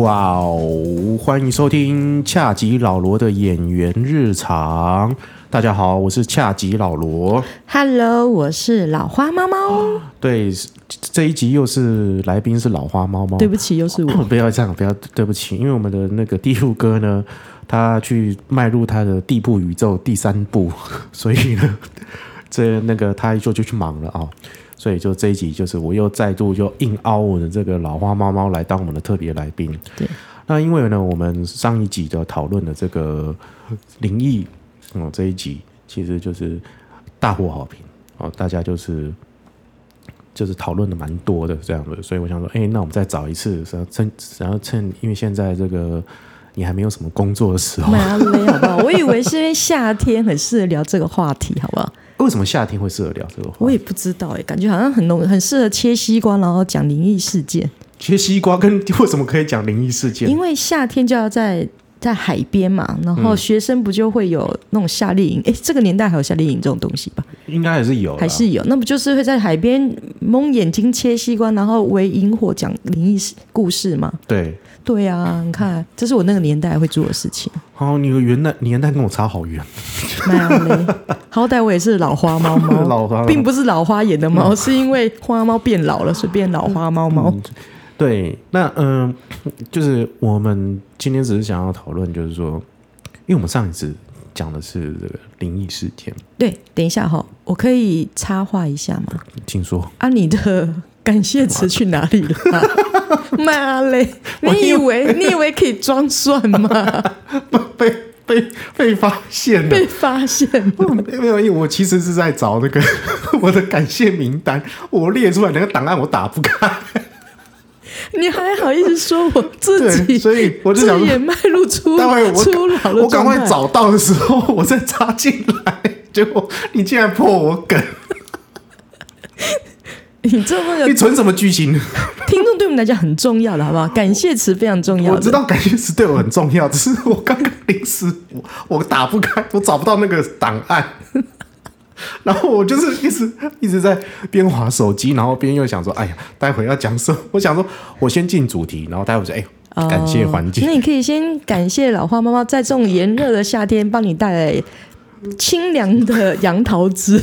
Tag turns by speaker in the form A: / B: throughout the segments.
A: 哇哦！欢迎收听恰吉老罗的演员日常。大家好，我是恰吉老罗。
B: Hello，我是老花猫
A: 哦
B: 猫。
A: 对，这一集又是来宾是老花猫猫。
B: 对不起，又是 我。
A: 不要这样，不要对不起，因为我们的那个第六哥呢，他去迈入他的第部宇宙第三部， 所以呢， 这那个他一做就去忙了啊、所以就这一集就是我又再度就硬凹我的这个老花猫猫来当我们的特别来宾。
B: 对，
A: 那因为呢，我们上一集的讨论的这个灵异，嗯，这一集其实就是大获好评哦，大家就是就是讨论的蛮多的这样的，所以我想说，哎、那我们再找一次，然后趁然后趁，因为现在这个你还没有什么工作的时候，
B: 妈嘞，好不好？我以为是因为夏天很适合聊这个话题，好不好？
A: 为什么夏天会适合聊这个话？
B: 我也不知道哎、感觉好像很浓，很适合切西瓜，然后讲灵异事件。
A: 切西瓜跟为什么可以讲灵异事件
B: 因？为夏天就要在在海边嘛，然
A: 嗯
B: 后学生不就会有那种夏令营？哎、这个年代还有夏令营这种东西吧？
A: 应该还是有啦，
B: 还是有？那不就是会在海边蒙眼睛切西瓜，然后围萤火讲灵异事故事吗？
A: 对。
B: 对啊，你看，这是我那个年代会做的事情。
A: 哦，你的年代年代跟我差好远，
B: 妈嘞！好歹我也是老花猫猫，
A: 老花猫
B: 哦
A: 嗯
B: 并不是老花眼的猫，是因为花猫变老了，所以变老花猫猫。
A: 对，那嗯、就是我们今天只是想要讨论，就是说，因为我们上一次讲的是这个灵异事件，
B: 对，等一下哈、我可以插话一下吗？
A: 听说
B: 啊，你的感谢词去哪里了、妈嘞！你以为你以为可以装蒜吗？
A: 被被 被发现了。
B: 被发现了，
A: 没有，没有，因为我其实是在找那个 我的感谢名单，我列出来那个档案我打不 开，
B: 你还好意思说我自
A: 对，
B: 己？
A: 所以我就
B: 自
A: 想
B: 己也
A: 说，
B: 迈入出
A: 待会我
B: 出老了，
A: 我赶快。找到的时候，我再插进来， 结果你竟然破我梗，
B: 你这 那
A: 你
B: 个
A: 存什么剧情？
B: 听众对我们来讲很重要的，好不好？感谢词非常重要的。
A: 我知道感谢词对我很重要，只 是我刚刚临时我我打不开，我找不到那个档案， 然后我就是一直一直在边划手机，然后边又想说，哎呀，待会要讲什么？我想说，我先进主题，然后待会就哎，感谢环境。
B: 那你可哦以先感谢老花妈妈，在这种炎热的夏天帮你带来清凉的 杨桃汁。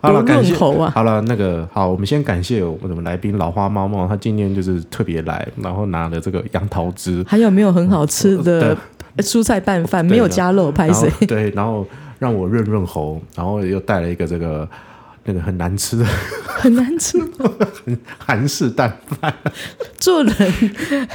A: 好了，
B: 多
A: 感谢
B: 润喉啊
A: 好了，那个好，我们先感谢我们的来宾老花猫猫，他今天就是特别来，然后拿了这个杨桃汁，
B: 还有没有很好吃的
A: 嗯
B: 蔬菜拌饭？
A: 对
B: 没有加肉，拍
A: 然后
B: 谁？
A: 对，然后让我润润喉，然后又带了一个这个那个很难吃的
B: 很难吃。
A: 韩式蛋
B: 做人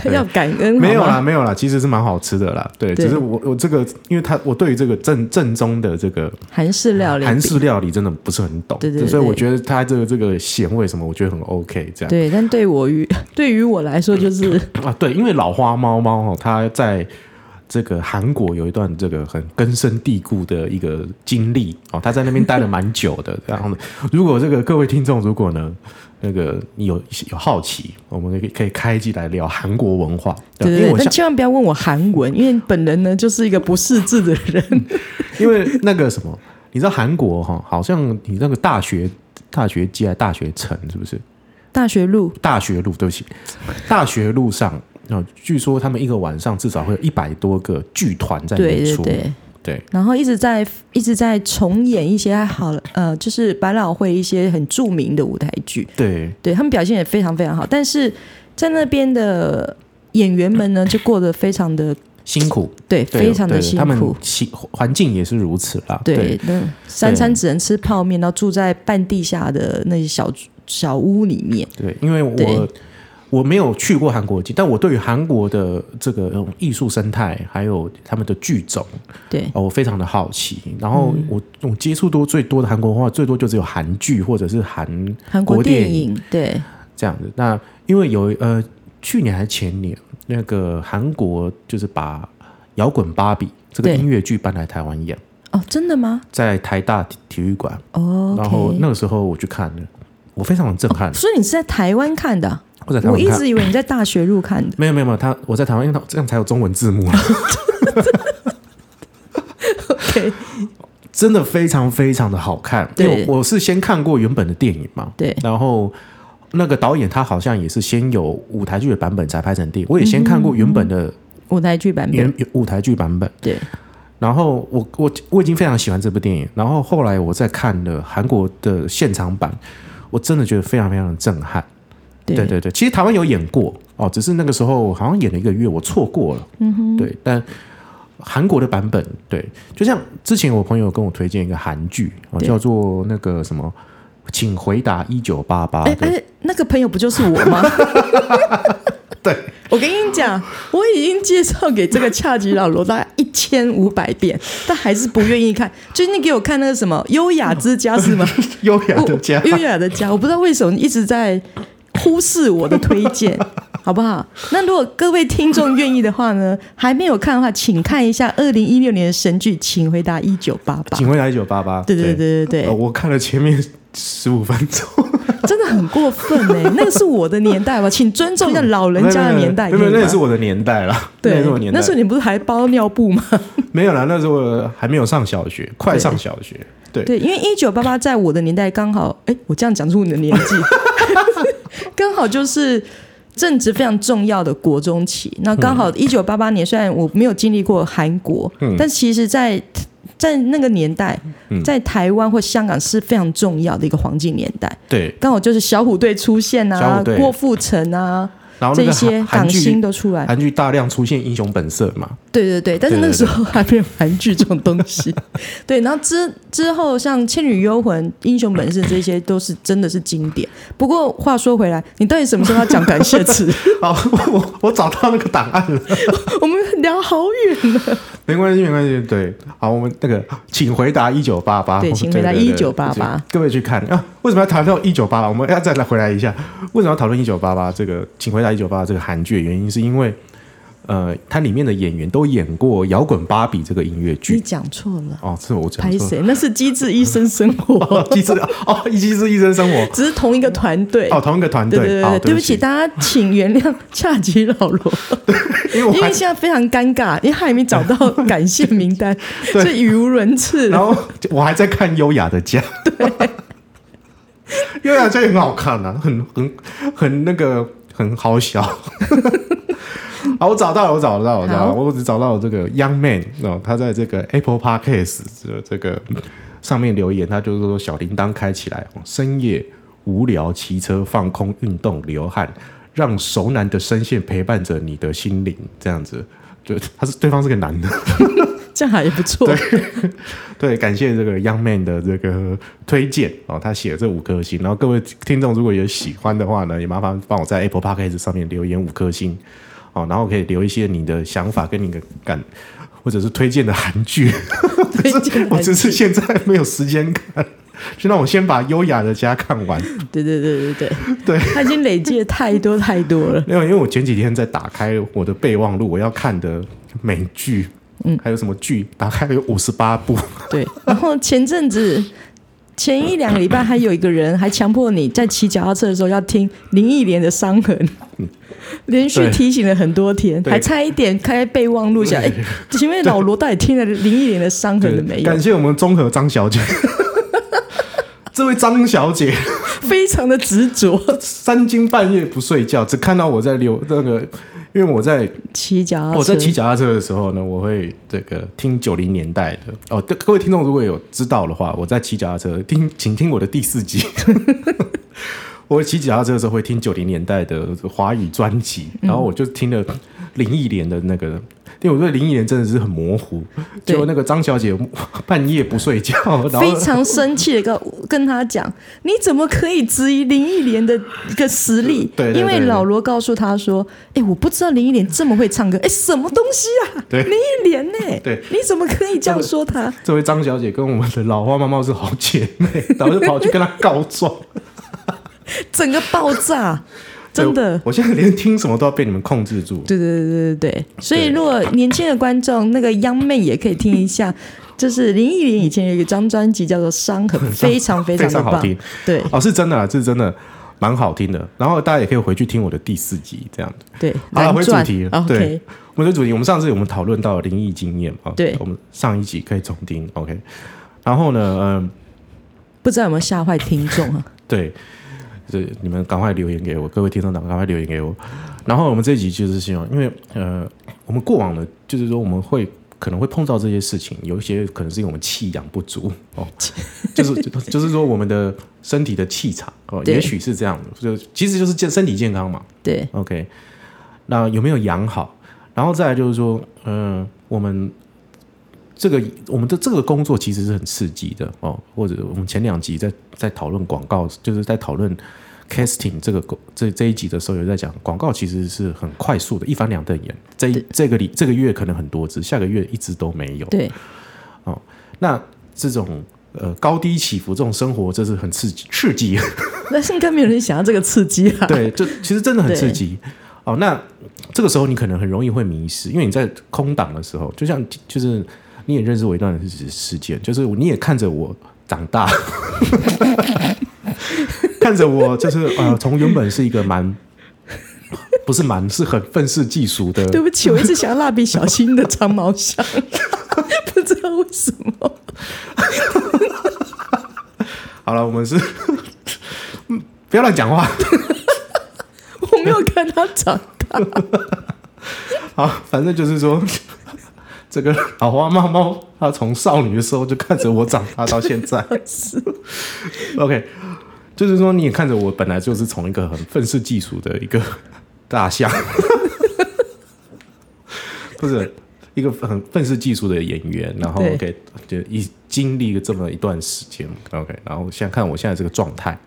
B: 要感恩，
A: 没有啊
B: 好吗
A: 啦，没有啦，其实是蛮好吃的啦。对，
B: 对
A: 只是我我这个，因为他我对于这个正正宗的这个
B: 韩式料理。
A: 韩式料理真的不是很懂，
B: 对对对
A: 所以我觉得他这个这个咸味什么，我觉得很 OK 这样
B: 对，但对我于对于我来说，就是
A: 啊。对，因为老花猫猫哦，它在这个韩国有一段这个很根深蒂固的一个经历哦，它在那边待了蛮久 的。然后呢，如果这个各位听众如果呢。那个你有有好奇，我们可以可以开一集来聊韩国文化，
B: 对
A: 因为
B: 对对
A: 我，
B: 但
A: 想。
B: 千万不要问我韩文，因为本人呢就是一个不识字的人。
A: 因为那个什么，你知道韩国哈，好像你那个大学大学街还大学城是不是？
B: 大学路
A: 大学路，对不起，大学路上啊、据说他们一个晚上至少会有一百多个剧团在
B: 对
A: 演
B: 对
A: 出，
B: 对。
A: 对
B: 然后一直在一直在重演一些好呃，就是百老汇一些很著名的舞台剧，
A: 对
B: 对他们表现也非常非常好，但是在那边的演员们呢，就过得非常的
A: 辛苦，
B: 对，
A: 对
B: 非常的
A: 对
B: 辛
A: 他们
B: 苦。
A: 其环境也是如此啦，
B: 对，那三餐只能吃泡面，然后住在半地下的那些小小屋里面。
A: 对，因为我
B: 对
A: 我没有去过韩国，但我对于韩国的这个嗯艺术生态，还有他们的剧种，
B: 对，
A: 哦，我非常的好奇。然后
B: 嗯
A: 我、我接触多最多的韩国文化，最多就只有韩剧或者是韩
B: 韩国
A: 国
B: 电
A: 电
B: 影，对，
A: 这样子。那因为有呃，去年还是前年，那个韩国就是把《摇滚芭比》这个
B: 对
A: 音乐剧搬来台湾演，
B: 哦，真的吗？
A: 在台大体体育馆。
B: 哦
A: 然后
B: ，OK，
A: 那个时候我去看了，我非常的震撼。
B: 所以你是在台湾看的啊？
A: 我在台
B: 我
A: 湾
B: 一
A: 看，
B: 直以为你在大学路看的。
A: 没有没有没有，他我在台湾，因为他这样才有中文字幕。啊
B: OK，
A: 真的非常非常的好看，因
B: 对
A: 为我是先看过原本的电影嘛，
B: 对
A: 然后那个导演他好像也是先有舞台剧的版本才拍成电影，我也先看过原本的
B: 舞台剧版
A: 原
B: 本，
A: 原舞台剧版本，
B: 对，
A: 然后我我我已经非常喜欢这部电影，然后后来我再看了韩国的现场版，我真的觉得非常非常的震撼。
B: 对
A: 对对对，其实台湾有演过哦，只是那个时候好像演了一个月，我错过了。嗯哼，对，但韩国的版本，对，就像之前我朋友跟我推荐一个韩剧哦，
B: 对
A: 叫做那个什么，请回答一九八八。
B: 哎
A: 啊对，
B: 哎，那个朋友不就是我吗？
A: 对，
B: 我跟你讲，我已经介绍给这个恰吉老罗大概一千五百遍，但还是不愿 意看。最近给我看那个什么《优雅之家》是吗？
A: 优雅的家
B: 我，优雅的家，我不知道为什么你一直在忽视我的推 荐，好不好？那如果各位听众愿意的话呢，还没有看的话，请看一下二零一六年的神剧《请回答一九八八》
A: 请。回答一九八八。
B: 对对对对
A: 呃
B: 对，
A: 我看了前面十五分 钟，
B: 真的很过分 哎、那个是我的年代吧，请尊重一下老人家的年代。
A: 没有没有，
B: 可
A: 那
B: 以
A: 也
B: 吗
A: 是我的年代了，那
B: 对
A: 也是我年代。
B: 那时候你不是还包尿布吗？
A: 没有啦，那时候我还没有上小学，快上小学。对，
B: 对，因为一九八八在我的年代刚好，哎，我这样讲出你的年纪， 刚好就是正值非常重要的国中期。那刚
A: 嗯
B: 好一九八八年，虽然我没有经历过韩国，但其实在，在那个年代，
A: 嗯
B: 在台湾或香港是非常重要的一个黄金年代。
A: 对，
B: 刚好就是小虎队出现
A: 小
B: 啊
A: 虎，队
B: 郭富城啊，
A: 然后那
B: 这
A: 个
B: 些
A: 韩
B: 港
A: 韩
B: 星
A: 剧，
B: 都出来。
A: 韩剧大量出现英雄本色嘛，
B: 对对对，但是
A: 对
B: 那
A: 对
B: 时候还没有韩剧这种东 西。对，然后之之后像《倩女幽魂》《英雄本色》这些都是真的是经典。不过话说回来，你到底什么时候要讲感 谢词？
A: 好，我我我找到那个档案了，
B: 我们聊好远了。
A: 没关系，没关系。对，好，我们那个，请回答一九八八，
B: 对请回答
A: 对对
B: 1988
A: 对各位去看啊，为什么要谈到一九八八？我们要再来回来一下，为什么要讨论一九八八这个？请回答一九八八这个韩剧的原因，是因为呃，它里面的演员都演过《摇滚芭比》这个音乐
B: 你
A: 剧
B: 讲错了，
A: 哦，是我讲
B: 拍
A: 错了，
B: 谁？那是《机智医生生活》，
A: 哦，机智哦，一机智医生生活。
B: 只是同一个团队。
A: 哦，同一个团
B: 对
A: 队，
B: 对
A: 好
B: 对，对
A: 不
B: 不起，，大家请原谅恰吉 老罗，
A: 因为我
B: 因
A: 还
B: 为现在非常尴尬，因为他还没找到感谢名 单，所以语无伦次。
A: 然后我还在看《优雅的家》，对，《优雅的家》也很好看啊，很很很那个很好笑。好，我找到了，我找到了，我找到
B: 好
A: 了，我只找到了这个 Young Man 哦，他在这个 Apple Podcast 的这个上面留言，他就是说小铃铛开起来，哦深夜无聊骑车放空运动流汗，让熟男的声线陪伴着你的心灵，这样子。就他是对方是个男的，
B: 这样还不错。
A: 对，感谢这个 Young Man 的这个推荐哦，他写了这五颗星。然后各位听众如果有喜欢的话呢，也麻烦帮我在 Apple Podcast 上面留言五颗星哦，然后可以留一些你的想法跟你的感，或者是推荐的韩剧。
B: 推荐
A: 我
B: 来
A: 只是现在没有时间看，就让我先把《优雅的家》看完。
B: 对对对对对，
A: 对
B: 他已经累积了太多太多了。
A: 没有，因为我前几天在打开我的备忘录，我要看的美剧，嗯，还有什么剧，打开了有五十八部。
B: 对，然后前阵子。前一两个礼拜，还有一个人还强迫你在骑脚踏车的时候要听林忆莲的《伤痕》，连续
A: 对
B: 提醒了很多天，
A: 嗯对
B: 还差一点开备忘录想，哎，前面老罗到底听了林忆莲的《伤痕》了没有
A: 感？谢我们综合张小姐， 这位张小姐
B: 非常的执着
A: 三更半夜不睡觉，只看到我在留那个，因为我在
B: 骑脚踏车，
A: 我在骑脚踏车的时候呢，我会这个听九零年代的哦。对，各位听众如果有知道的话，我在骑脚踏车听，请听我的第四集。 我骑脚踏车的时候会听九零年代的华语专辑，然后我就听了林忆莲的那个，因为我对林忆莲真的是很模糊。
B: 对
A: 结果那个张小姐半夜不睡觉，然后
B: 非常生气的跟跟他讲，你怎么可以质疑林忆莲的一个实力？
A: 对对对
B: 因为老罗告诉他说，哎，我不知道林忆莲这么会唱歌，哎，什么东西啊？
A: 对
B: 林忆莲呢、
A: 对
B: 你怎么可以这样说她？
A: 这位张小姐跟我们的老花妈妈是好姐妹， 然后就跑去跟她告状。
B: 整个爆炸， 真的
A: 对。我现在连听什么都要被你们控制住。
B: 对对对对对，所以如果年轻的观众，那个央妹也可以听一下，就是林忆莲以前有一张专辑叫做《伤痕》，非常非
A: 非
B: 的
A: 常好
B: 棒
A: 听。
B: 对
A: 哦，是真的啦，是真的，蛮好听的。然后大家也可以回去听我的第四集，这样子。
B: 对，
A: 好了，
B: 蓝
A: 回主
B: 钻
A: 题了。
B: OK
A: 对。，我们的主题，我们上次我们讨论到灵异经验嘛，
B: 对
A: 我们上一集可以重听，OK。然后呢，嗯、
B: 不知道有没有吓坏听众啊？
A: 对，就是你们赶快留言给我，各位听众党赶快留言给我。然后我们这一集就是希望，因为呃，我们过往的，就是说我们会可能会碰到这些事情，有一些可能是因为我们气养不足哦，就是就就是说我们的身体的气场哦，
B: 对
A: 也许是这样，就其实就是健身体健康嘛。
B: 对
A: OK，那有没有养好？然后再来就是说，嗯、我们这个我们的这个工作其实是很刺激的哦，或者我们前两集在在讨论广告，就是在讨论 casting 这个工这这一集的时候，有在讲广告其实是很快速的，一翻两瞪眼。这一
B: 对
A: 这个里这个月可能很多只，下个月一只都没有。
B: 对
A: 那这种呃高低起伏这种生活，这是很刺激刺激
B: 但是应该没有人想要这个刺激 啊。
A: 对，就其实真的很
B: 对
A: 刺激。哦，那这个时候你可能很容易会迷失，因为你在空档的时候，就像就是你也认识我一段时时间，就是你也看着我长大， 看着我就是呃，从原本是一个蛮不是蛮是很愤世嫉俗的，
B: 对不起，我一直想要蜡笔小新的长毛 象，不知道为什么。
A: 好了，我们是嗯不要乱讲话。
B: 我没有看他长大，
A: 好，反正就是说，这个老花猫猫，它从少女的时候就看着我长大到现在。OK，就是说你也看着我，本来就是从一个很愤世嫉俗的一个 大象，不是一个很愤世嫉俗的演员，然后
B: 对
A: OK 就一经历了这么一段时间 OK，然后现在看我现在这个状态，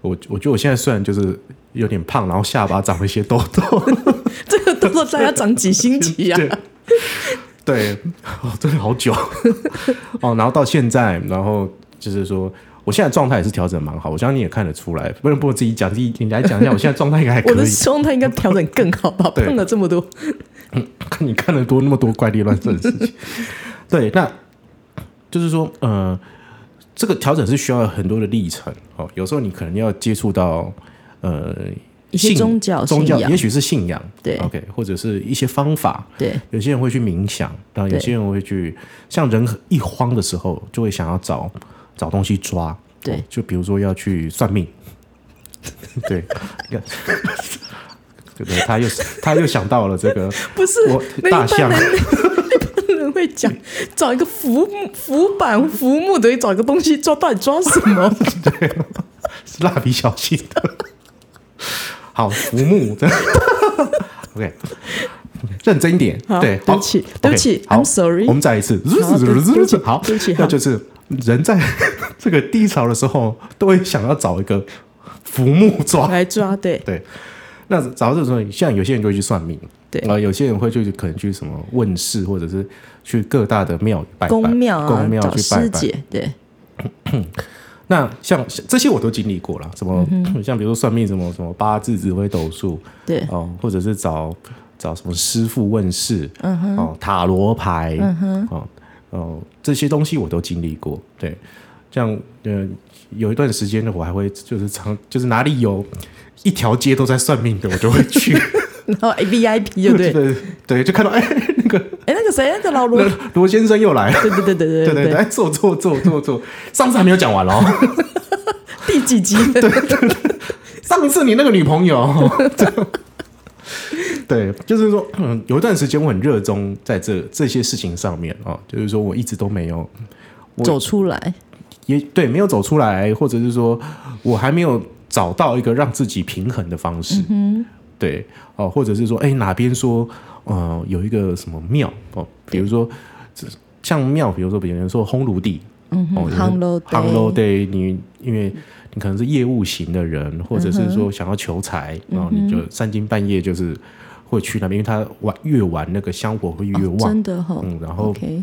A: 我我觉得我现在虽然就是有点胖，然后下巴长了一些痘痘。
B: 这个动作大家长几星级啊？
A: 对，对，哦，真的好久哦，然后到现在，然后就是说，我现在状态也是调整蛮好，我相信你也看得出来。不能不我自己讲，自己你来讲一下，我现在状态应该还可
B: 我的
A: 以。
B: 胸态应该调整更好吧？
A: 对
B: 胖了这么多，
A: 看你看得多那么多怪力乱神的事情，对，那就是说，呃，这个调整是需要很多的历程哦，有时候你可能要接触到呃
B: 一些
A: 信
B: 宗教
A: 宗
B: 哦信
A: 教，
B: 仰
A: 也许是信仰，
B: 对
A: ，OK，或者是一些方法，
B: 对
A: 有些人会去冥想，然后有
B: 对
A: 些人会去，像人很一慌的时候，就会想要找找东西抓。
B: 对
A: 哦就比如说要去算命， 对， 对对，他又他又想到了这个，
B: 不是
A: 哦我
B: 那一
A: 大
B: 般
A: 象
B: 人， 一般人会讲找一个浮木浮板浮木等于找一个东西抓，到底抓什 么？
A: 是蜡笔小新的， 好浮木 的，OK，认真一点，
B: 好
A: 对，
B: 对不起
A: 好
B: 对不起
A: OK，好
B: I'm sorry
A: 我们再一次，
B: 好对对不起
A: 好，
B: 对不起
A: 那
B: 好
A: 就是人在 这个低潮的时候，都会想要找一个浮木抓，
B: 来抓，对
A: 对。那找到这种，像有些人就会去算命，
B: 对
A: 然后有些人会去可能去什么问世，或者是去各大的庙宇拜拜，
B: 宫庙
A: 宫
B: 啊
A: 庙，
B: 找
A: 去拜
B: 师
A: 拜。
B: 姐，对
A: 那像像这些我都经历过了，什么、
B: 嗯
A: 像比如说算命，什么什么八字、紫微斗 数，
B: 对
A: 哦，或者是找找什么师傅问事，
B: 嗯
A: 哦，塔罗牌，哦哦，这些东西我都经历过。对，像呃，有一段时间呢，我还会就是常就是哪里有一条街都在算命的，我就会 去，
B: 然后 VIP 就对，
A: 对对，就看到哎，那个
B: 哎，那个谁，那个老罗
A: 罗，罗先生又来了。
B: 对对对对
A: 对
B: 对
A: 对对，哎，坐坐坐坐坐，上次还没有讲完哦。
B: 第几集？
A: 上次你那个女朋友，对，就是说，嗯，有一段时间我很热衷在这这些事情上面哦，就是说我一直都没有，我
B: 走出来，
A: 也对，没有走出来，或者是说我还没有找到一个让自己平衡的方式，
B: 嗯
A: 对，哦，或者是说，哎，哪边说，呃，有一个什么庙哦，比如说这像庙，比如说别人说烘炉地，
B: 嗯
A: 哦
B: 哼，夯喽，
A: 行楼对你，因为你可能是业务型的人，或者
B: 嗯
A: 是说想要求财，然后你就三更半夜就是会去那边，因为他晚越晚那个香火会越
B: 哦
A: 旺，
B: 真的哈。
A: 嗯，然后
B: OK，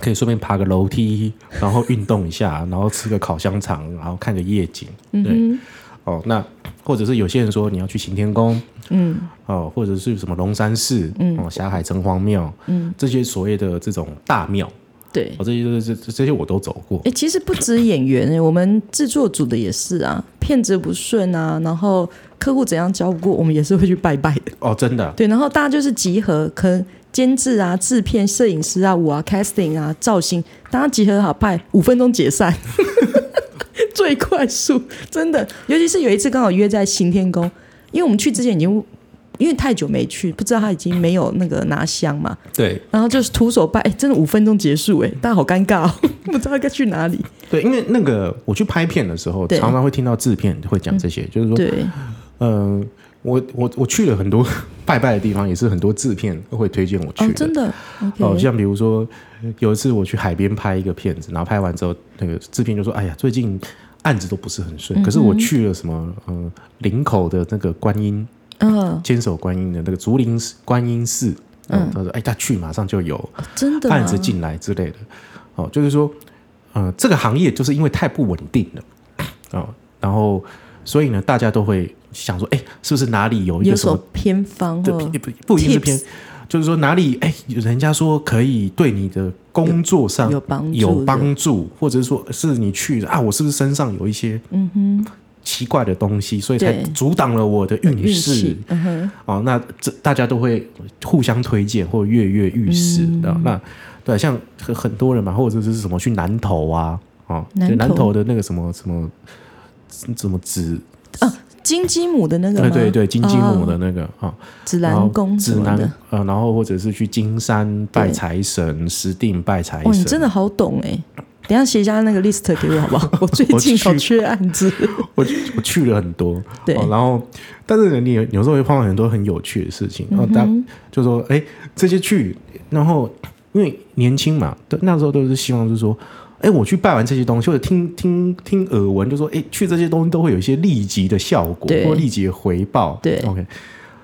A: 可以顺便爬个楼梯， 然后运动一下，然后吃个烤香肠，然后看个夜景，
B: 嗯
A: 对，哦，那或者是有些人说你要去行天宫，
B: 嗯，
A: 哦，或者是什么龙山寺，嗯，哦，霞海城隍庙，嗯，这些所谓的这种大庙，
B: 对。
A: 哦，这些这这这些我都走过
B: 哎、，其实不止演员、欸，我们制作组的也是啊，片子不顺啊，然后客户怎样交不过，我们也是会去拜拜的。
A: 哦，真的，
B: 对，然后大家就是集合，可能监制啊、制片、摄影师啊、我啊、casting 啊、造型，大家集合好拜，五分钟解散， 最快速，真的。尤其是有一次刚好约在行天宫，因为我们去之前已经因为太久没去，不知道他已经没有那个拿香嘛，
A: 对
B: 然后就是徒手拜，哎，真的五分钟结束，哎，大家好尴尬哦， 不知道该去哪里。
A: 对，因为那个我去拍片的时候，
B: 对
A: 常常会听到制片会讲这些，就是说，
B: 对，
A: 嗯、我我我去了很多 拜拜的地方，也是很多制片会推荐我去
B: 哦，
A: 的。
B: 真的
A: 哦，
B: ，OK，
A: 像比如说有一次我去海边拍一个片子，然后拍完之后，那个制片就说：“哎呀，最近案子都不是很顺。可是我去了什么呃林口的那个观音
B: 嗯，
A: 坚守观音的那个竹林寺观音寺，嗯，他说：“哎，他去马上就有
B: 真的啊
A: 案
B: 吗
A: 子进来之类的。”哦，就是说，呃，这个行业就是因为太不稳定了，哦，然后所以呢，大家都会想说：“哎，是不是哪里有一
B: 有
A: 个什
B: 所
A: 么
B: 偏方
A: 这
B: 哦
A: 不，不不一定是
B: tips
A: 偏，就是说哪里哎，人家说可以对你的工作上
B: 有帮助，
A: 有帮助，或者是说是你去的啊，我是不是身上有一些嗯哼奇怪的东西，所以才
B: 对
A: 阻挡了我的运
B: 运
A: 势
B: 气，嗯哼，
A: 哦，那这大家都会互相推荐或跃跃欲试的、
B: 嗯
A: 哦那对，像很很多人嘛，或者是什么去南投啊，哦，
B: 南
A: 就南
B: 投
A: 投的那个什么什么什么紫，
B: 金鸡母的那个
A: 对
B: 吗？
A: 哎对对，金鸡母
B: 哦
A: 的那个啊。哦
B: 指
A: 然
B: 南
A: 后
B: 宫什
A: 指
B: 么
A: 南
B: 的。
A: 呃，然后或者是去金山拜财神，石定拜财
B: 哇，
A: 神。
B: 你真的好懂哎、等一下写一下那个 list 给我好不 好？我最
A: 我
B: 近好
A: 去
B: 缺案子。
A: 我去我去了很多，
B: 对
A: 哦然后但是你有有时候会碰到很多很有趣的事情，然后
B: 嗯
A: 大、就说哎这些去，然后因为年轻嘛，对那时候都是希望就是说。哎，我去拜完这些东西，或者听听听耳闻，就说哎，去这些东西都会有一些立即的效果
B: 对
A: 或立即的回报。
B: 对
A: ，OK，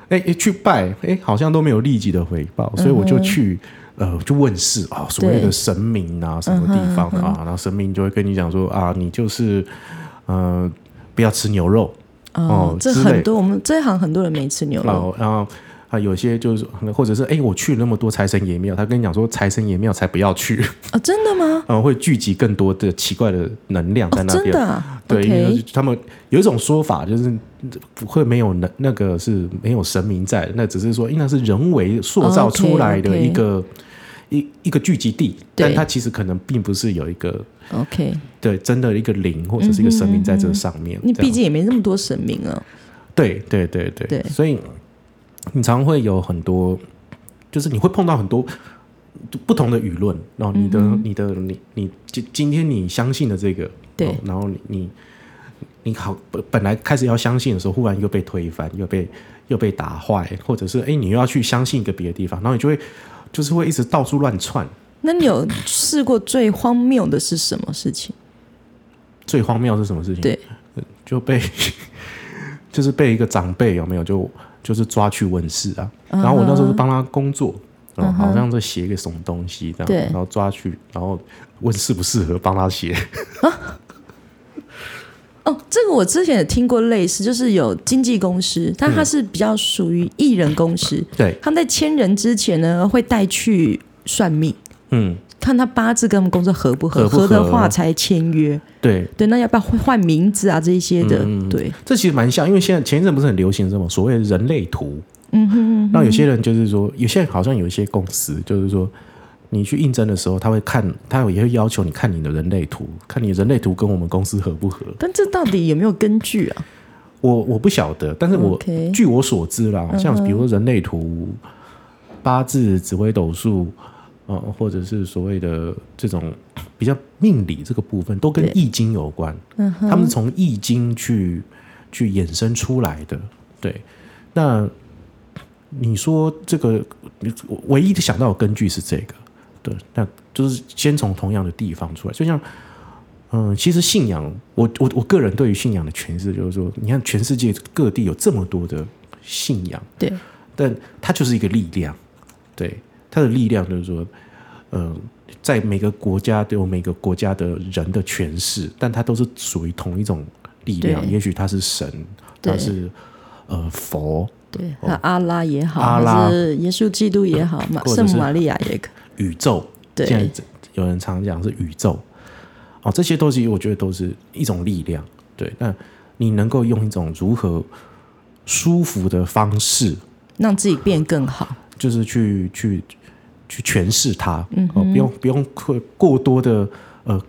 A: 哎，哎去拜，哎，好像都没有立即的回报，
B: 嗯
A: 所以我就去、呃，就问世啊，所谓的
B: 对嗯
A: 神明啊，什么地方啊，然后神明就会跟你讲说啊，你就是呃，不要吃牛肉，哦
B: 哦，这
A: 之类
B: 很多我们这一行很多人没吃牛
A: 然
B: 肉，
A: 后然后啊，有些就是或者是哎，我去了那么多财神爷庙，他跟你讲说财神爷庙才不要去，
B: 啊，真的吗？
A: 然后会聚集更多的奇怪的能量在
B: 哦，
A: 那
B: 真
A: 边。
B: 的、啊、
A: 对，因为
B: ，OK，
A: 他们有一种说法，就是不会没有那那个是没有神明在的，那只是说，因为那是人为塑造出来的
B: OK，OK
A: 一个一一个聚集地，
B: 哦对
A: 但它其实可能并不是有一个
B: OK，
A: 对真的一个灵或者是一
B: 嗯
A: 个神明在这上面。
B: 你
A: 这样
B: 毕竟也没那么多神明啊，
A: 对对对对，
B: 对
A: 所以你常会有很多，就是你会碰到很多不同的舆论，然后你的、
B: 嗯
A: 你的你你今今天你相信的这个，
B: 对
A: 哦然后你你你好本本来开始要相信的时候，忽然又被推翻，又被又被打坏，或者是哎、你又要去相信一个别的地方，然后你就会就是会一直到处乱窜。
B: 那你有试过最荒谬的是什么事情？
A: 最荒谬是什么事情？
B: 对
A: 呃，就被 就是被一个长辈有没有就就是抓去问世啊。然后我那时候是帮他工作，然后好像在写一个什么东西这样，
B: 对
A: 然后抓去，然后问适不适合帮他写。
B: 哦，这个我之前也听过类似，就是有经纪公司，但
A: 嗯
B: 它是比较属于艺人公司，
A: 对，
B: 他们在签人之前呢，会带去算命，
A: 嗯，
B: 看他八字跟我们工作合不合，
A: 合不合
B: 的话才签约。
A: 对，
B: 对，那要不要换换名字啊？这一些的，
A: 嗯
B: 对，
A: 这其实蛮像，因为现在前一阵不是很流行什么所谓的人类图，嗯哼那有些人就是说，有些人好像有一些公司就是说。你去应征的时候，他会看，他也会要求你看你的人类图，看你人类图跟我们公司合不合。
B: 但这到底有没有根据啊？
A: 我我不晓得，但是我
B: OK 嗯
A: 据我所知啦，像比如说人类图、八字、紫微斗数，呃，或者是所谓的这种比较命理这个部分，都跟
B: 对
A: 易经有关。
B: 嗯
A: 他们是从易经去去衍生出来的。对，那你说这个你我唯一的想到的根据是这个，对，那就是先从同样的地方出来，就像。嗯，其实信仰，我我我个人对于信仰的诠释就是说，你看全世界各地有这么多的信仰，
B: 对，
A: 但它就是一个力量，对，它的力量就是说，呃，在每个国家都有每个国家的人的诠释，但它都是属于同一种力量，
B: 对
A: 也许它是神，
B: 对
A: 它是呃佛，
B: 对，那啊阿拉也好，
A: 阿拉
B: 还是耶稣基督也好，嘛，
A: 或者
B: 圣
A: 是
B: 母玛利亚也可，
A: 宇宙，
B: 对
A: 现在有人常讲是宇宙，哦，这些东西我觉得都是一种力量，对，那你能够用一种如何舒服的方式，
B: 让自己变更好。
A: 就是去去去诠释它，嗯、哦，不用不用过过多的呃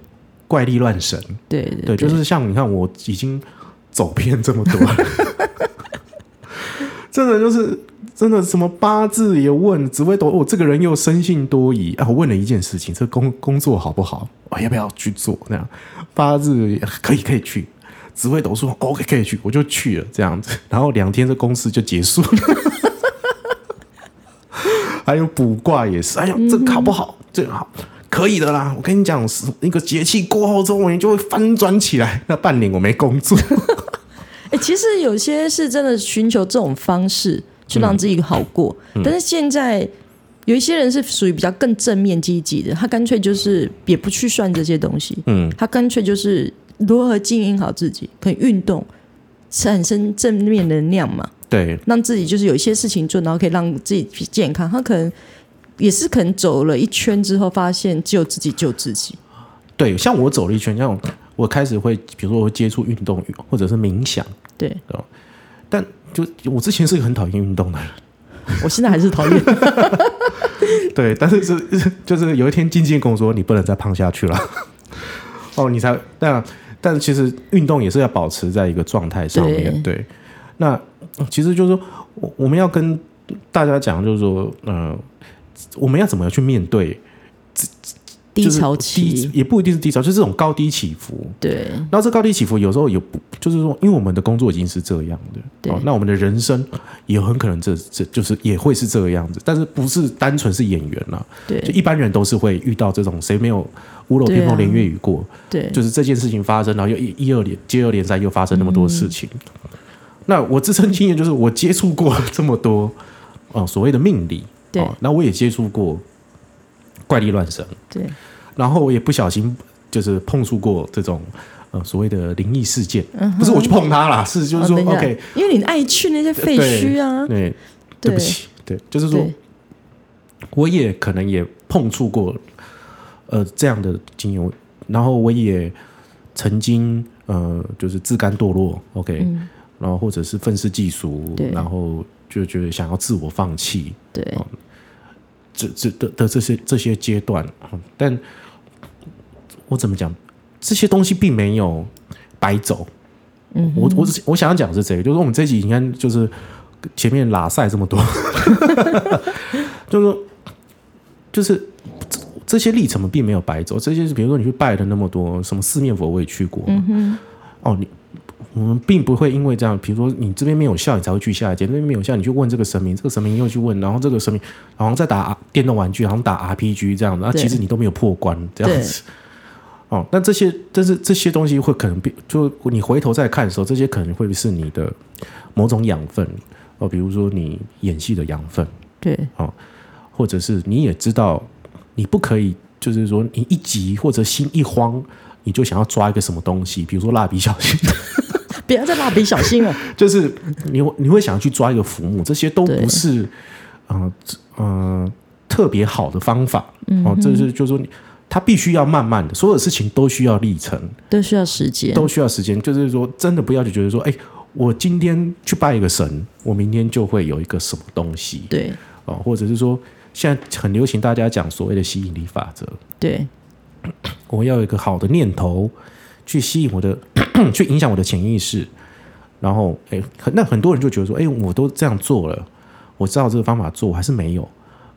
A: 怪力乱神。
B: 对对
A: 对，就是像你看，我已经走遍这么多了， 真的就是真的什么八字也问，紫微斗我、哦、这个人又生性多疑啊。我问了一件事情，这工工作好不好？我、要不要去做？那样八字可以可以去，紫微斗数 OK 可以去，我就去了这样子。 然后两天这公司就结束了。 还有卜卦也是，哎呦，这个好不好？这个好，可以的啦。我跟你讲，是那个节气过后之后，你就会翻转起来。那半年我没工作，
B: 哎、其实有些是真的寻求这种方式去让自己好过，
A: 嗯
B: 但是现在有一些人是属于比较更正面积极的，他干脆就是也不去算这些东西，
A: 嗯，
B: 他干脆就是如何经营好自己，可以运动，产生正面能量嘛，
A: 对，
B: 让自己就是有一些事情做，然后可以让自己健康。他可能也是可能走了一圈之后，发现只有自己救自己。
A: 对，像我走了一圈，像我开始会，比如说我会接触运动或者是冥想，
B: 对
A: 但就我之前是个很讨厌运动的人，
B: 我现在还是讨厌，
A: 对，但是是就是有一天静静跟我说，你不能再胖下去了， 哦，你才那但其实运动也是要保持在一个状态上面，对，那其实就是说我我们要跟大家讲，就是说，呃，我们要怎么去面对
B: 低
A: 就是
B: 潮期
A: 低，也不一定是低潮，就是这种高低起伏，
B: 对
A: 然后这高低起伏有时候有不，就是说，因为我们的工作已经是这样的，
B: 对
A: 哦，那我们的人生也很可能这这就是也会是这个样子，但是不是单纯是演员啦、就
B: 对
A: 一般人都是会遇到这种谁没有屋漏
B: 对啊
A: 偏逢连夜雨过，
B: 对
A: 就是这件事情发生，然后又一一二连接二连三又发生那么多事情。
B: 嗯
A: 那我自身经验就是我接触过这么多哦所谓的命理，
B: 对
A: 哦，那我也接触过怪力乱神，
B: 对
A: 然后我也不小心就是碰触过这种呃所谓的灵异事件，不是我去碰它啦，是就是说、
B: 嗯哦等一下
A: OK，
B: 因为你爱去那些废墟啊，
A: 对，对
B: 对
A: 不起，对，就是说
B: 对
A: 我也可能也碰触过呃这样的经验，然后我也曾经呃就是自甘堕落，OK，、
B: 嗯
A: 然后或者是愤世嫉俗
B: 对，
A: 然后就觉得想要自我放弃，
B: 对
A: 哦这这的的这些这些阶段，嗯但我怎么讲，这些东西并没有白走。
B: 嗯
A: 我我我想要讲的是这个，就是我们这一集你看，就是前面拉塞这么多， 就是说就是这这些历程并没有白走，这些是比如说你去拜了那么多什么四面佛，我也去过，
B: 嗯哼
A: 哦，你我们并不会因为这样，比如说你这边没有效，你才会去下一间；那边没有效，你去问这个神明，这个神明又去问，然后这个神明，然后再打电动玩具，然后打 RPG 这样子，那、
B: 对
A: 其实你都没有破关这样子。哦，那这些，但是这些东西会可能变，就你回头再看的时候，这些可能会是你的某种养分哦，比如说你演戏的养分，
B: 对
A: 或者是你也知道你不可以，就是说你一急或者心一慌，你就想要抓一个什么东西，比如说蜡笔小新，
B: 不要再蜡笔小
A: 哦
B: 新了，
A: 就是你会你会想去抓一个浮木，这些都
B: 对
A: 不是呃呃特别好的方法哦。这是就是说你，它必须要慢慢的，所有事情都需要历程，
B: 都需要时间，
A: 都需要时间。就是说，真的不要就觉得说，哎，我今天去拜一个神，我明天就会有一个什么东西
B: 对
A: 哦，或者是说，现在很流行大家讲所谓的吸引力法则，
B: 对
A: 我要有一个好的念头去吸引我的， 去影响我的潜意识。然后，哎，很那很多人就觉得说，哎，我都这样做了，我知道这个方法做，我还是没有，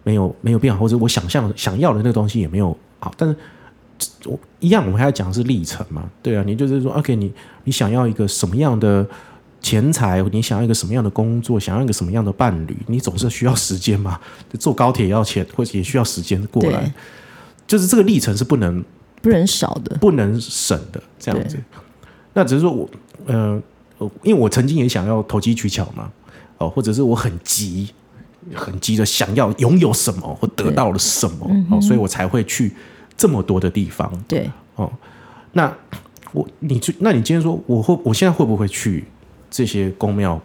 A: 没有，没有变好，或者我想象想要的那个东西也没有好。但是，这我一样，我们还要讲的是历程嘛，对啊，你就是说，OK，你你想要一个什么样的钱财，你想要一个什么样的工作，想要一个什么样的伴侣，你总是需要时间嘛，坐高铁也要钱，或者也需要时间过来
B: 对，，
A: 就是这个历程是不能
B: 不能少的，
A: 不能省的这样子。那只是说我，呃，我因为我曾经也想要投机取巧嘛，哦，或者是我很急，很急的想要拥有什么或得到了什么，哦，所以我才会去这么多的地方。
B: 对
A: 那我你去，那你今天说我会，我现在会不会去这些宫庙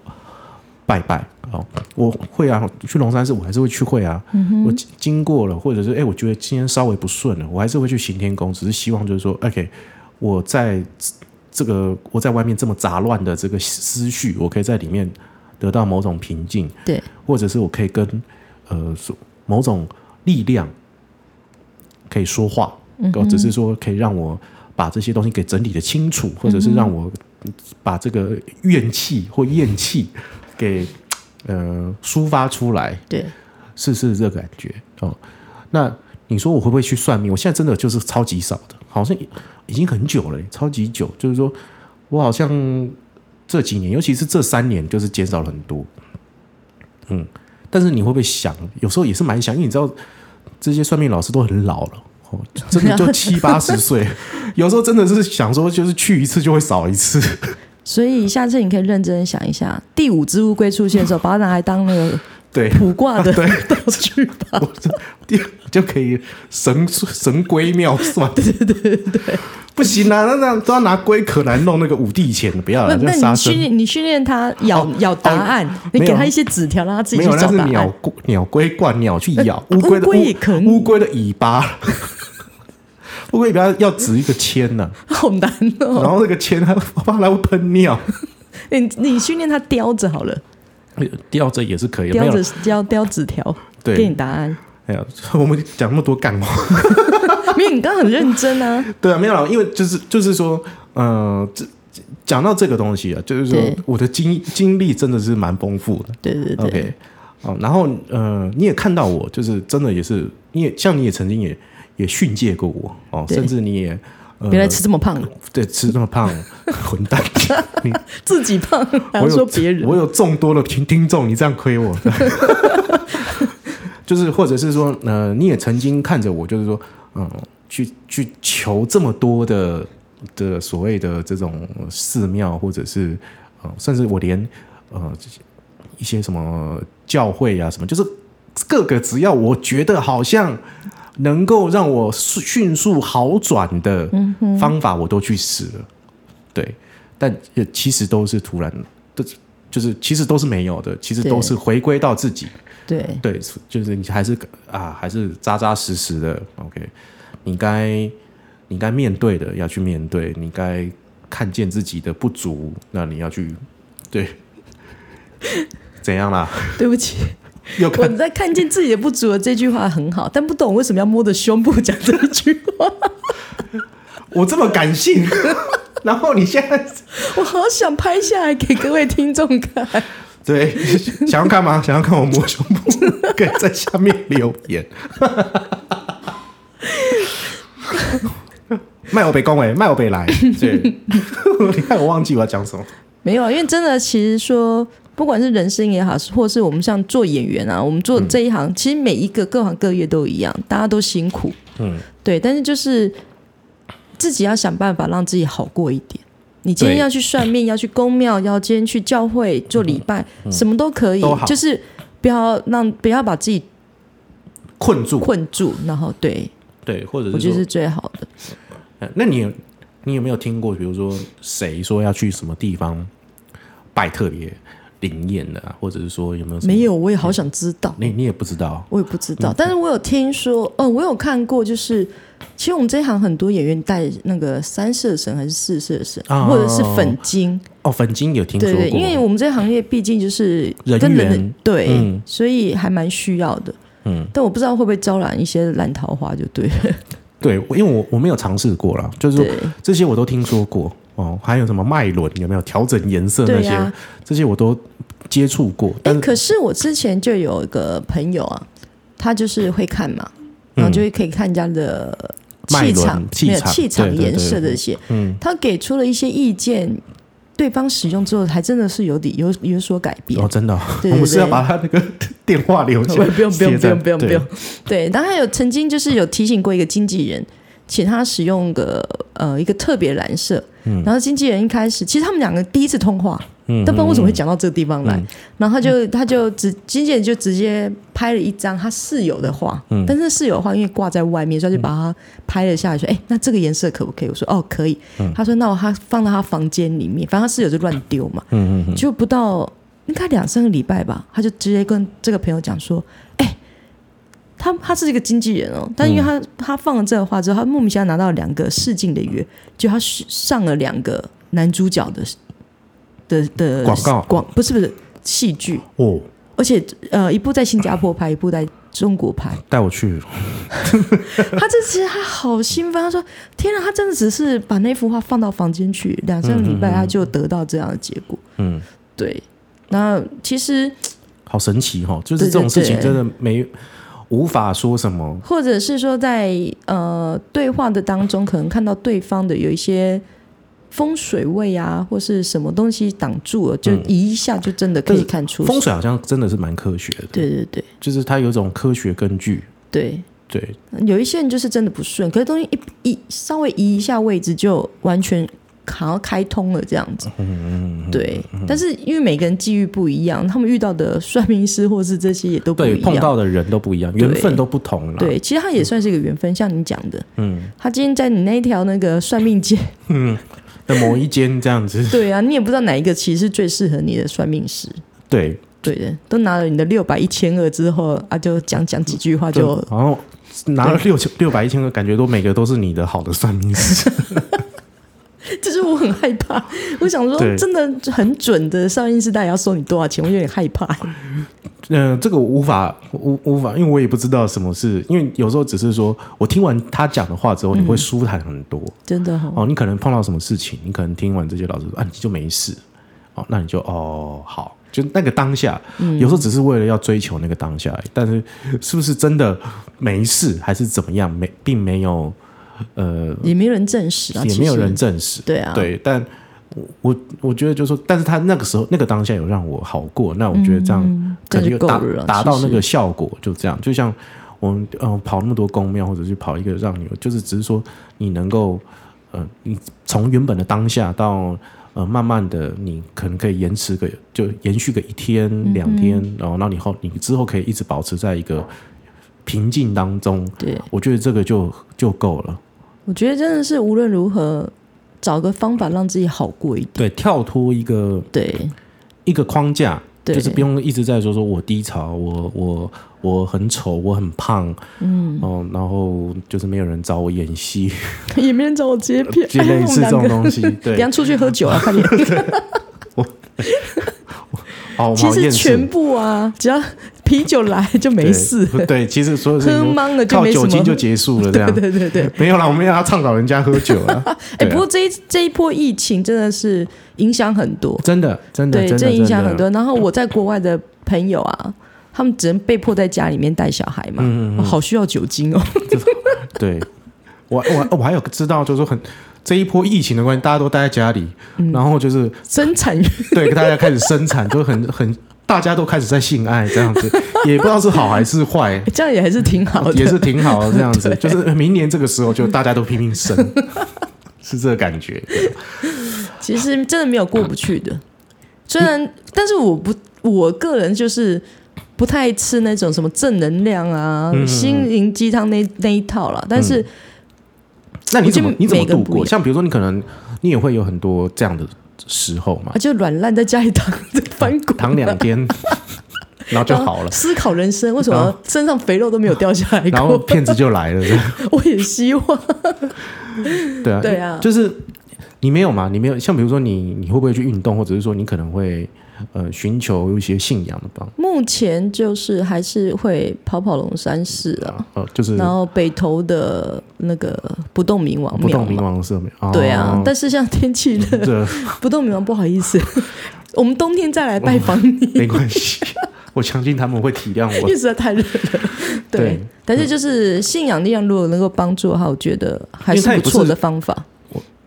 A: 拜拜？哦，我会啊，去龙山寺我还是会去会啊。我经经过了，或者是哎、我觉得今天稍微不顺了，我还是会去行天宫，只是希望就是说，OK，我在这个我在外面这么杂乱的这个思绪，我可以在里面得到某种平静，
B: 对，
A: 或者是我可以跟呃所某种力量可以说话，哦，只是说可以让我把这些东西给整理的清楚，或者是让我把这个怨气或厌气给呃抒发出来，
B: 对，
A: 是是这个感觉哦。那你说我会不会去算命？我现在真的就是超级少的，好像已经很久了，超级久。就是说我好像这几年，尤其是这三年，就是减少了很多。嗯，但是你会不会想？有时候也是蛮想，因为你知道这些算命老师都很老了。哦，真的就七八十岁，有时候真的是想说，就是去一次就会少一次。
B: 所以下次你可以认真想一下，第五只乌龟出现的时候，把它拿来当那个
A: 对，
B: 卜卦的
A: 对
B: 道具吧。
A: 我这第就可以神神龟妙 算。对对对不行啊，那那都要拿龟壳来弄那个五帝钱，不要
B: 那
A: 了，
B: 那
A: 那杀
B: 你训
A: 生。
B: 练你训练它咬、
A: 哦
B: 咬答案，你
A: 没
B: 给
A: 有啊
B: 它一些纸条，让它自己
A: 没
B: 去
A: 有，那
B: 找
A: 是
B: 答
A: 鸟
B: 案。
A: 龟鸟龟冠鸟去咬
B: 呃
A: 乌龟的
B: 乌龟也可以
A: 乌乌龟的尾巴， 乌龟尾巴要指一个签呢、
B: 好难哦！
A: 然后那个签它怕它会喷尿，
B: 你你训练它叼着好了，
A: 吊着也是可以的。没
B: 叼着
A: 有
B: 叼叼纸条，给你
A: 对，
B: 答案。
A: 哎呀，我们讲那么多干话，
B: 没有，你刚刚很认真啊。
A: 对啊，没有啦，因为就是就是说，呃，这这讲到这个东西啊，就是说
B: 对
A: 我的经经历真的是蛮丰富的。
B: 对对对
A: OK，哦，然后呃，你也看到我，就是真的也是，你也像你也曾经也也训诫过我哦，
B: 对
A: 甚至你也呃，
B: 原来吃这么胖，啊
A: 对吃那么胖， 混蛋，你
B: 自己胖 还
A: 我
B: 要
A: 有
B: 说别人
A: 我，有众多的听听众，你这样亏我， 就是或者是说，呃，你也曾经看着我，就是说，嗯、去去求这么多的的所谓的这种寺庙，或者是呃，甚至我连呃这些一些什么教会啊，什么，就是各个只要我觉得好像。能够让我迅迅速好转的方法，我都去试了。对，但也其实都是突然，都就是其实都是没有的，其实都是回归到自己。
B: 对
A: 对，就是你还是啊，还是扎扎实实的。OK，你该你该面对的要去面对，你该看见自己的不足，那你要去对， 怎样啦？
B: 对不起，
A: 又
B: 我
A: 看
B: 在看见自己的不足的这句话很好，但不懂为什么要摸着胸部讲这句话，
A: 我这么感性， 然后你现在
B: 我好想拍下来给各位听众 看。
A: 对，想要看吗？想要看我摸胸部，可以在下面留言。 卖我北恭维，卖我北来。对， 你看我忘记我要讲什么。
B: 没有啊，因为真的，其实说不管是人生也好，或是我们像做演员啊，我们做
A: 嗯
B: 这一行，其实每一个各行各业都一样，大家都辛苦。
A: 嗯，
B: 对，但是就是自己要想办法让自己好过一点。你今天
A: 对
B: 要去算命，要去公庙，要今天去教会做礼拜，什么都可以
A: 嗯都，好
B: 就是不要让不要把自己
A: 困住，
B: 困住，然后对
A: 对，或者
B: 我
A: 嗯是
B: 觉
A: 说，
B: 得是最好的。
A: 呃那你有你有没有听过，比如说谁说要去什么地方拜特别灵验的、啊，或者是说有没有什么？嗯
B: 没，有，我也好想知道。
A: 你你也不知道。
B: 我也不知道，但是我有听说，哦，我有看过，就是其实我们这一行很多演员戴那个三色绳还是四色绳，
A: 啊
B: 或者是粉晶，
A: 哦，粉晶有听说
B: 对
A: 过，
B: 对，因为我们这行业毕竟就是
A: 人
B: 跟人
A: 缘
B: 的对，
A: 嗯
B: 所以还蛮需要的。
A: 嗯，
B: 但我不知道会不会招揽一些烂桃花，就 对了。
A: 对，我因为我我没有尝试过啦，就是说
B: 对
A: 这些我都听说过哦，还有什么脉轮有没有调整颜色那
B: 对
A: 些，
B: 呀、啊，
A: 这些我都接触过，
B: 哎
A: 但，是
B: 可是我之前就有一个朋友啊，他就是会看嘛，然后就会可以看人家的
A: 嗯脉
B: 气
A: 轮
B: 场、
A: 气
B: 没有
A: 场
B: 气
A: 对
B: 场、
A: 对
B: 颜
A: 对
B: 色这些。
A: 嗯，
B: 他给出了一些意见，对方使用之后还真的是有底有有所改变
A: 哦，。真的哦、
B: 对对对
A: 我们是要把他那个电话 留下，
B: 不用不
A: 写
B: 用不
A: 在
B: 用不用不
A: 对
B: 用，对，然后还有曾经就是有提醒过一个经纪人，请他使用个呃一个特别蓝色，然后经纪人一开始其实他们两个第一次通话，
A: 嗯
B: 但不知道为什么会
A: 嗯
B: 讲到这个地方来，然后他就他就直经纪人就直接拍了一张他室友的画，
A: 嗯
B: 但是室友的画因为挂在外面，所以他就把它拍了下来，说：“
A: 嗯
B: 哎、那这个颜色可不可以？”我说：“哦，可以。他说：“那我他放到他房间里面，反正他室友就乱丢嘛。”
A: 嗯嗯嗯，
B: 就不到应该两三个礼拜吧，他就直接跟这个朋友讲说：“哎、他他是一个经纪人哦，但因为他、
A: 嗯
B: 他放了这个话之后，他莫名其妙拿到两个试镜的约，就他上了两个男主角的的的
A: 广告
B: 广不是不是戏剧，
A: 哦，
B: 而且呃一部在新加坡拍，一部在中国 牌。
A: 带我去，
B: 他这其实他好兴奋，他说：“天啊，他真的只是把那幅画放到房间去，两三个礼拜他就得到这样的结果。
A: 嗯，”
B: 对，那其实
A: 好神奇哈、哦！就是
B: 对
A: 这种事情
B: 对
A: 真的没无法说什么，
B: 或者是说在呃对话的当中，可能看到对方的有一些风水位啊，或是什么东西挡住了，就
A: 嗯
B: 一下就真的可以看出。
A: 风水好像真的是蛮科学的，
B: 对对对
A: 就是它有一种科学根据，
B: 对，
A: 对，
B: 有一些人就是真的不顺，可是东西一一稍微移一下位置，就完全好像开通了这样子。
A: 嗯，嗯，
B: 对，但是因为每个人际遇不一样，他们遇到的算命师或是这些也都不
A: 对，
B: 一
A: 碰
B: 样。
A: 到的人都不一样，缘分都不同了，，
B: 对，其实他也算是一个缘分，像你讲的，
A: 嗯，
B: 他今天在你那一条那个算命街，
A: 那某一间这样子，
B: 对啊，你也不知道哪一个其实是最适合你的算命师，
A: 对，
B: 对的，都拿了你的六百一千二之后啊，就讲讲几句话就
A: 然后拿了六千六百一千个，感觉都每个都是你的好的算命 师，
B: 这是我很害怕，我想说
A: 对
B: 真的很准的上映师大也要收你多少钱，我有点害 怕。
A: 嗯、这个我无法无无法，因为我也不知道什么是，因为有时候只是说我听完他讲的话之
B: 嗯
A: 后，你会舒坦很多、
B: 真的哈、
A: 哦，你可能碰到什么事情，你可能听完这些老师说啊，你就没事，哦，那你就哦好。就那个当下，
B: 嗯
A: 有时候只是为了要追求那个当下而已，但是是不是真的没事，还是怎么样？没，并没有，呃，
B: 也没人证实啊，
A: 也没有
B: 其实
A: 人证实。
B: 对啊，
A: 对，但我我我觉得就是说，但是他那个时候那个当下有让我好过，那我觉得这样
B: 嗯
A: 可能
B: 这就
A: 有
B: 够
A: 达
B: 了，
A: 达到
B: 其
A: 那
B: 实
A: 个效果，就这样。就像我们呃跑那么多公庙，或者去跑一个让你就是只是说你能够呃你从原本的当下到。呃，慢慢的，你可能可以延迟个，就延续个一天、
B: 嗯
A: 两天，然后，那你后你之后可以一直保持在一个平静当中，
B: 对，
A: 我觉得这个就就够了。
B: 我觉得真的是无论如何找个方法让自己好过一点。
A: 对，跳脱一个
B: 对
A: 一个框架，
B: 对，
A: 就是不用一直在说说我低潮，我我我很丑，我很胖，
B: 嗯，
A: 哦，然后就是没有人找我演 戏，
B: 也没人找我接片，
A: 就类似这
B: 哎我
A: 种
B: 们两个
A: 东西。
B: 等一
A: 对
B: 下，出去喝酒啊，快点！
A: 哦好，我们
B: 其
A: 好
B: 实
A: 厌
B: 全
A: 世，
B: 部啊，只要啤酒来就没
A: 对
B: 事，
A: 对，其实所有事
B: 喝
A: 情都
B: 懵了就
A: 靠
B: 没什
A: 酒精就
B: 么。
A: 结束 了，这
B: 对
A: 样啊
B: 对对对，
A: 没有啦，我们要倡导人家喝酒了。
B: 哎，
A: 对啊
B: 不过这一这一波疫情真的是影响很多，
A: 真的，真的，
B: 对，
A: 真
B: 这
A: 的，
B: 影响
A: 真
B: 很
A: 的。
B: 多。然后我在国外的朋友啊，他们只能被迫在家里面带小孩嘛，
A: 嗯嗯
B: 哦好需要酒精哦。
A: 对，我我我还有知道，就是说很这一波疫情的关系，大家都待在家里，
B: 嗯
A: 然后就是
B: 生产
A: 对，大家开始生产，就很很，大家都开始在性爱这样子，也不知道是好还是坏，
B: 这样也还是挺好的
A: 也，是挺好的这样子。就是明年这个时候，就大家都拼命 生，是这个感觉。对
B: 其实真的没有过不去的。虽然，但是我不，我个人就是不太吃那种什么正能量啊、
A: 嗯
B: 心灵鸡汤那那一套啦。但是，
A: 那你怎
B: 我
A: 么
B: 觉得
A: 你怎么
B: 每个
A: 度
B: 人不一
A: 过？
B: 样
A: 像比如说，你可能你也会有很多这样的时候嘛
B: 啊，，就软烂在家里躺着翻滚，
A: 躺两 天，然后就好了。
B: 思考人生，为什
A: 然
B: 么身上肥肉都没有掉下来
A: 嗯然后
B: 过？
A: 骗子就来了，
B: 我也希望，
A: 对啊，
B: 对啊
A: 就是你没有嘛，你没有，像比如说你，你会不会去运动，或者是说你可能会呃寻求一些信仰的帮
B: 目前就是还是会跑跑龙山寺啊，
A: 呃，就是
B: 然后北投的那个不动明王
A: 哦不
B: 庙
A: 动明
B: 嘛，
A: 王社庙。哦、
B: 对啊，但是像天气热，
A: 这
B: 不动明王，不好意思， 我们冬天再来拜访你，
A: 没关系，我相信他们会体谅
B: 因
A: 我。
B: 为实在太热了。对，
A: 对
B: 但是就是信仰力量，如果能够帮助的话，我觉得还
A: 因为它也
B: 不
A: 不
B: 错
A: 是
B: 的方法。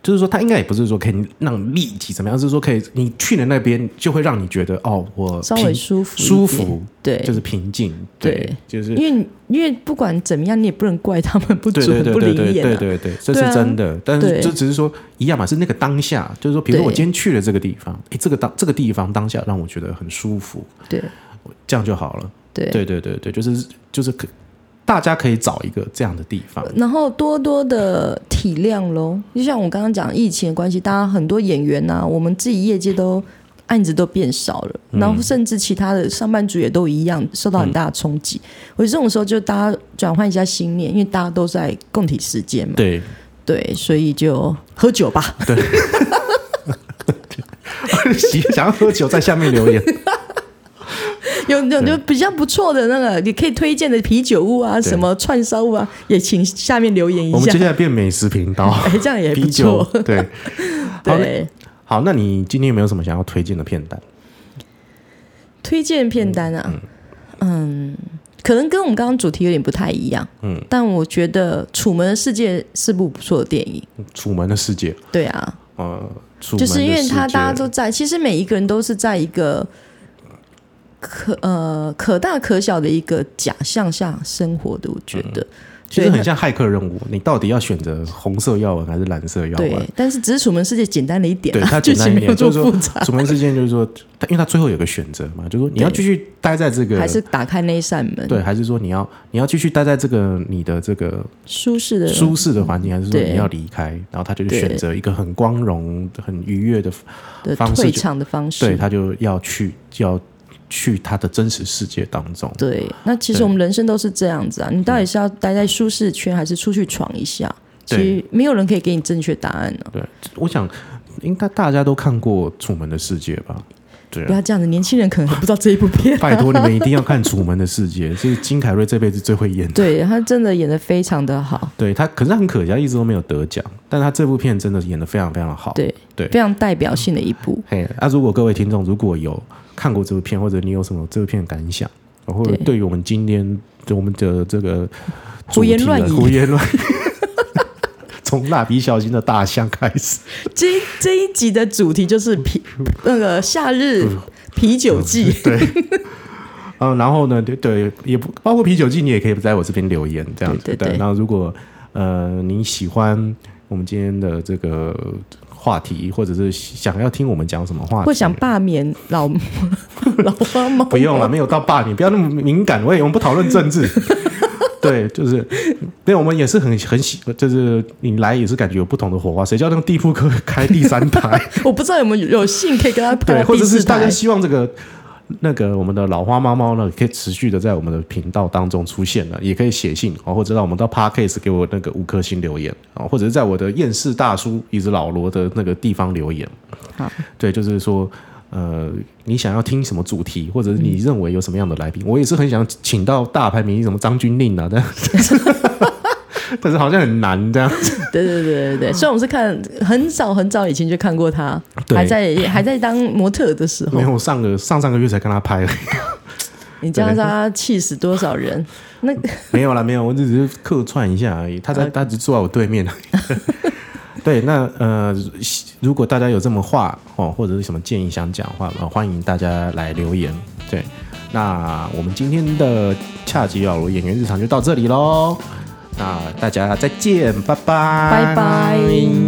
A: 就是说，他应该也不是说可以让立体怎么样，就是说可以，你去了那边就会让你觉得哦，我
B: 稍微
A: 平
B: 舒服一点
A: 舒服，
B: 对，
A: 就是平静，
B: 对
A: 对，就是
B: 因为你因为不管怎么样，你也不能怪他们不
A: 对对
B: 准
A: 对
B: 不
A: 对
B: 灵
A: 对
B: 验、
A: 对
B: 啊。
A: 对对，这
B: 对啊
A: 是真的。但
B: 对
A: 是就只是说一样嘛，是那个当下，就是说，比如说我
B: 对
A: 今天去了这个地方，诶，这个当这个地方当下让我觉得很舒服，
B: 对
A: 这样就好了。
B: 对
A: 对对对对，就是就是可大家可以找一个这样的地方，
B: 然后多多的体谅喽。就像我刚刚讲疫情的关系，大家很多演员呐、我们自己业界都案子都变少了，
A: 嗯
B: 然后甚至其他的上班族也都一样受到很大的冲
A: 嗯
B: 击。我觉得这种时候就大家转换一下心念，因为大家都在共体时间嘛，
A: 对。
B: 对，所以就喝酒吧。
A: 喜想要喝酒，在下面留言。
B: 有有有比较不错的那个，你可以推荐的啤酒屋啊，
A: 对
B: 什么串烧屋啊，也请下面留言一
A: 我们
B: 下
A: 接。下来变美食频道，
B: 哎，这样 也不
A: 啤酒
B: 错。
A: 对。好嘞，
B: 对，
A: 好，那你今天有没有什么想要推荐的片段？
B: 推荐片单啊，嗯，可能跟我们刚刚主题有点不太一样，嗯，但我觉得《楚门的世界》是部不错的电影。
A: 《楚门的世界》
B: 对啊，
A: 呃，楚
B: 就
A: 门
B: 是因
A: 的
B: 为
A: 世
B: 他
A: 界
B: 大家都在，其实每一个人都是在一个可呃可大可小的一个假象下生活的，我觉得。
A: 嗯其
B: 对
A: 实很啊
B: 他
A: 像骇客任务，你到底要选择红色药丸还是蓝色药
B: 对
A: 丸？，
B: 但是只是《楚门世界》简单了一点、啊，
A: 对 它
B: 剧
A: 简单
B: 情
A: 一
B: 没有
A: 点，就
B: 做
A: 是说
B: 复杂，
A: 楚门事件就是说， 它因为他最后有个选择嘛，就是说你要
B: 对
A: 继续待在这个，
B: 还是打开那一扇门，
A: 对，还是说你要你要继续待在这个你的这个
B: 舒适的
A: 舒适的环境，还是说
B: 对
A: 你要离开？然后他就
B: 对
A: 选择一个很光荣、很愉悦的，
B: 的
A: 方式
B: 退
A: 就
B: 场的方式
A: 对，。他就要去就要去他的真实世界当中。
B: 对，那其实
A: 对
B: 我们人生都是这样子啊，你到底是要待在舒适圈，还是出去闯一下？其
A: 对
B: 实没有人可以给你正确答案啊呢、
A: 我想，应该大家都看过《楚门的世界》吧？对啊
B: 不要这样子，年轻人可能还不知道这一部 片。
A: 拜托你们一定要看《楚门的世界》， 是金凯瑞这辈子最会演的。
B: 对他真的演的非常的好，
A: 对他，可是他很可惜，他一直都没有得奖。但他这部片真的演的非常非常好。
B: 对
A: 对
B: 非常代表性的一部。
A: 嘿，啊，如果各位听众如果有看过这部片，或者你有什么这部片的感想，或者
B: 对
A: 对于我们今天我们的这个
B: 胡言
A: 主题
B: 乱
A: 的
B: 语
A: 胡言乱语， 从蜡笔小新的大象开始，
B: 这一这一集的主题就是啤那个夏日啤酒季，
A: 嗯对。嗯，然后呢，对对，也不包括啤酒季，你也可以在我这边留言这样子。
B: 对对对
A: 然后如果呃你喜欢我们今天的这个话题，或者是想要听我们讲什么话题，
B: 或想罢免老 老花猫，
A: 不用了，没有到霸凌，不要那么敏感。我也我们不讨论政 治。对，就是，对，我们也是很很喜，就是你来也是感觉有不同的火花。谁叫那个地铺哥开第三台？
B: 我不知道有没有有幸可以跟他拍
A: 对，
B: 到
A: 或者
B: 第
A: 是
B: 四
A: 大家
B: 台。
A: 希望这个那个我们的老花猫猫呢，可以持续的在我们的频道当中出现了，也可以写信哦，或者让我们到 Parkcase 给我那个五颗星留言哦，或者是在我的厌世大叔一直老罗的那个地方留言。
B: 好，
A: 对，就是说，呃，你想要听什么主题，或者是你认为有什么样的来宾，我也是很想请到大牌明星，什么张钧甯啊，但 但是好像很难这样。
B: 对对对对
A: 嗯
B: 对，虽然我们是看很早很早以前就看过他，
A: 对
B: 还在还在当模特的时候
A: 没，有，我上个上上个月才跟他拍而已，
B: 你这样让他气死多少人？那
A: 没有啦，没有，我只是客串一下而已。他在，他只坐在我对面而已。 对，那呃，如果大家有这么话哦，或者是什么建议想讲的话，呃欢迎大家来留言。对，那我们今天的恰吉老罗演员日常就到这里喽，那大家再见，拜拜，
B: 拜拜。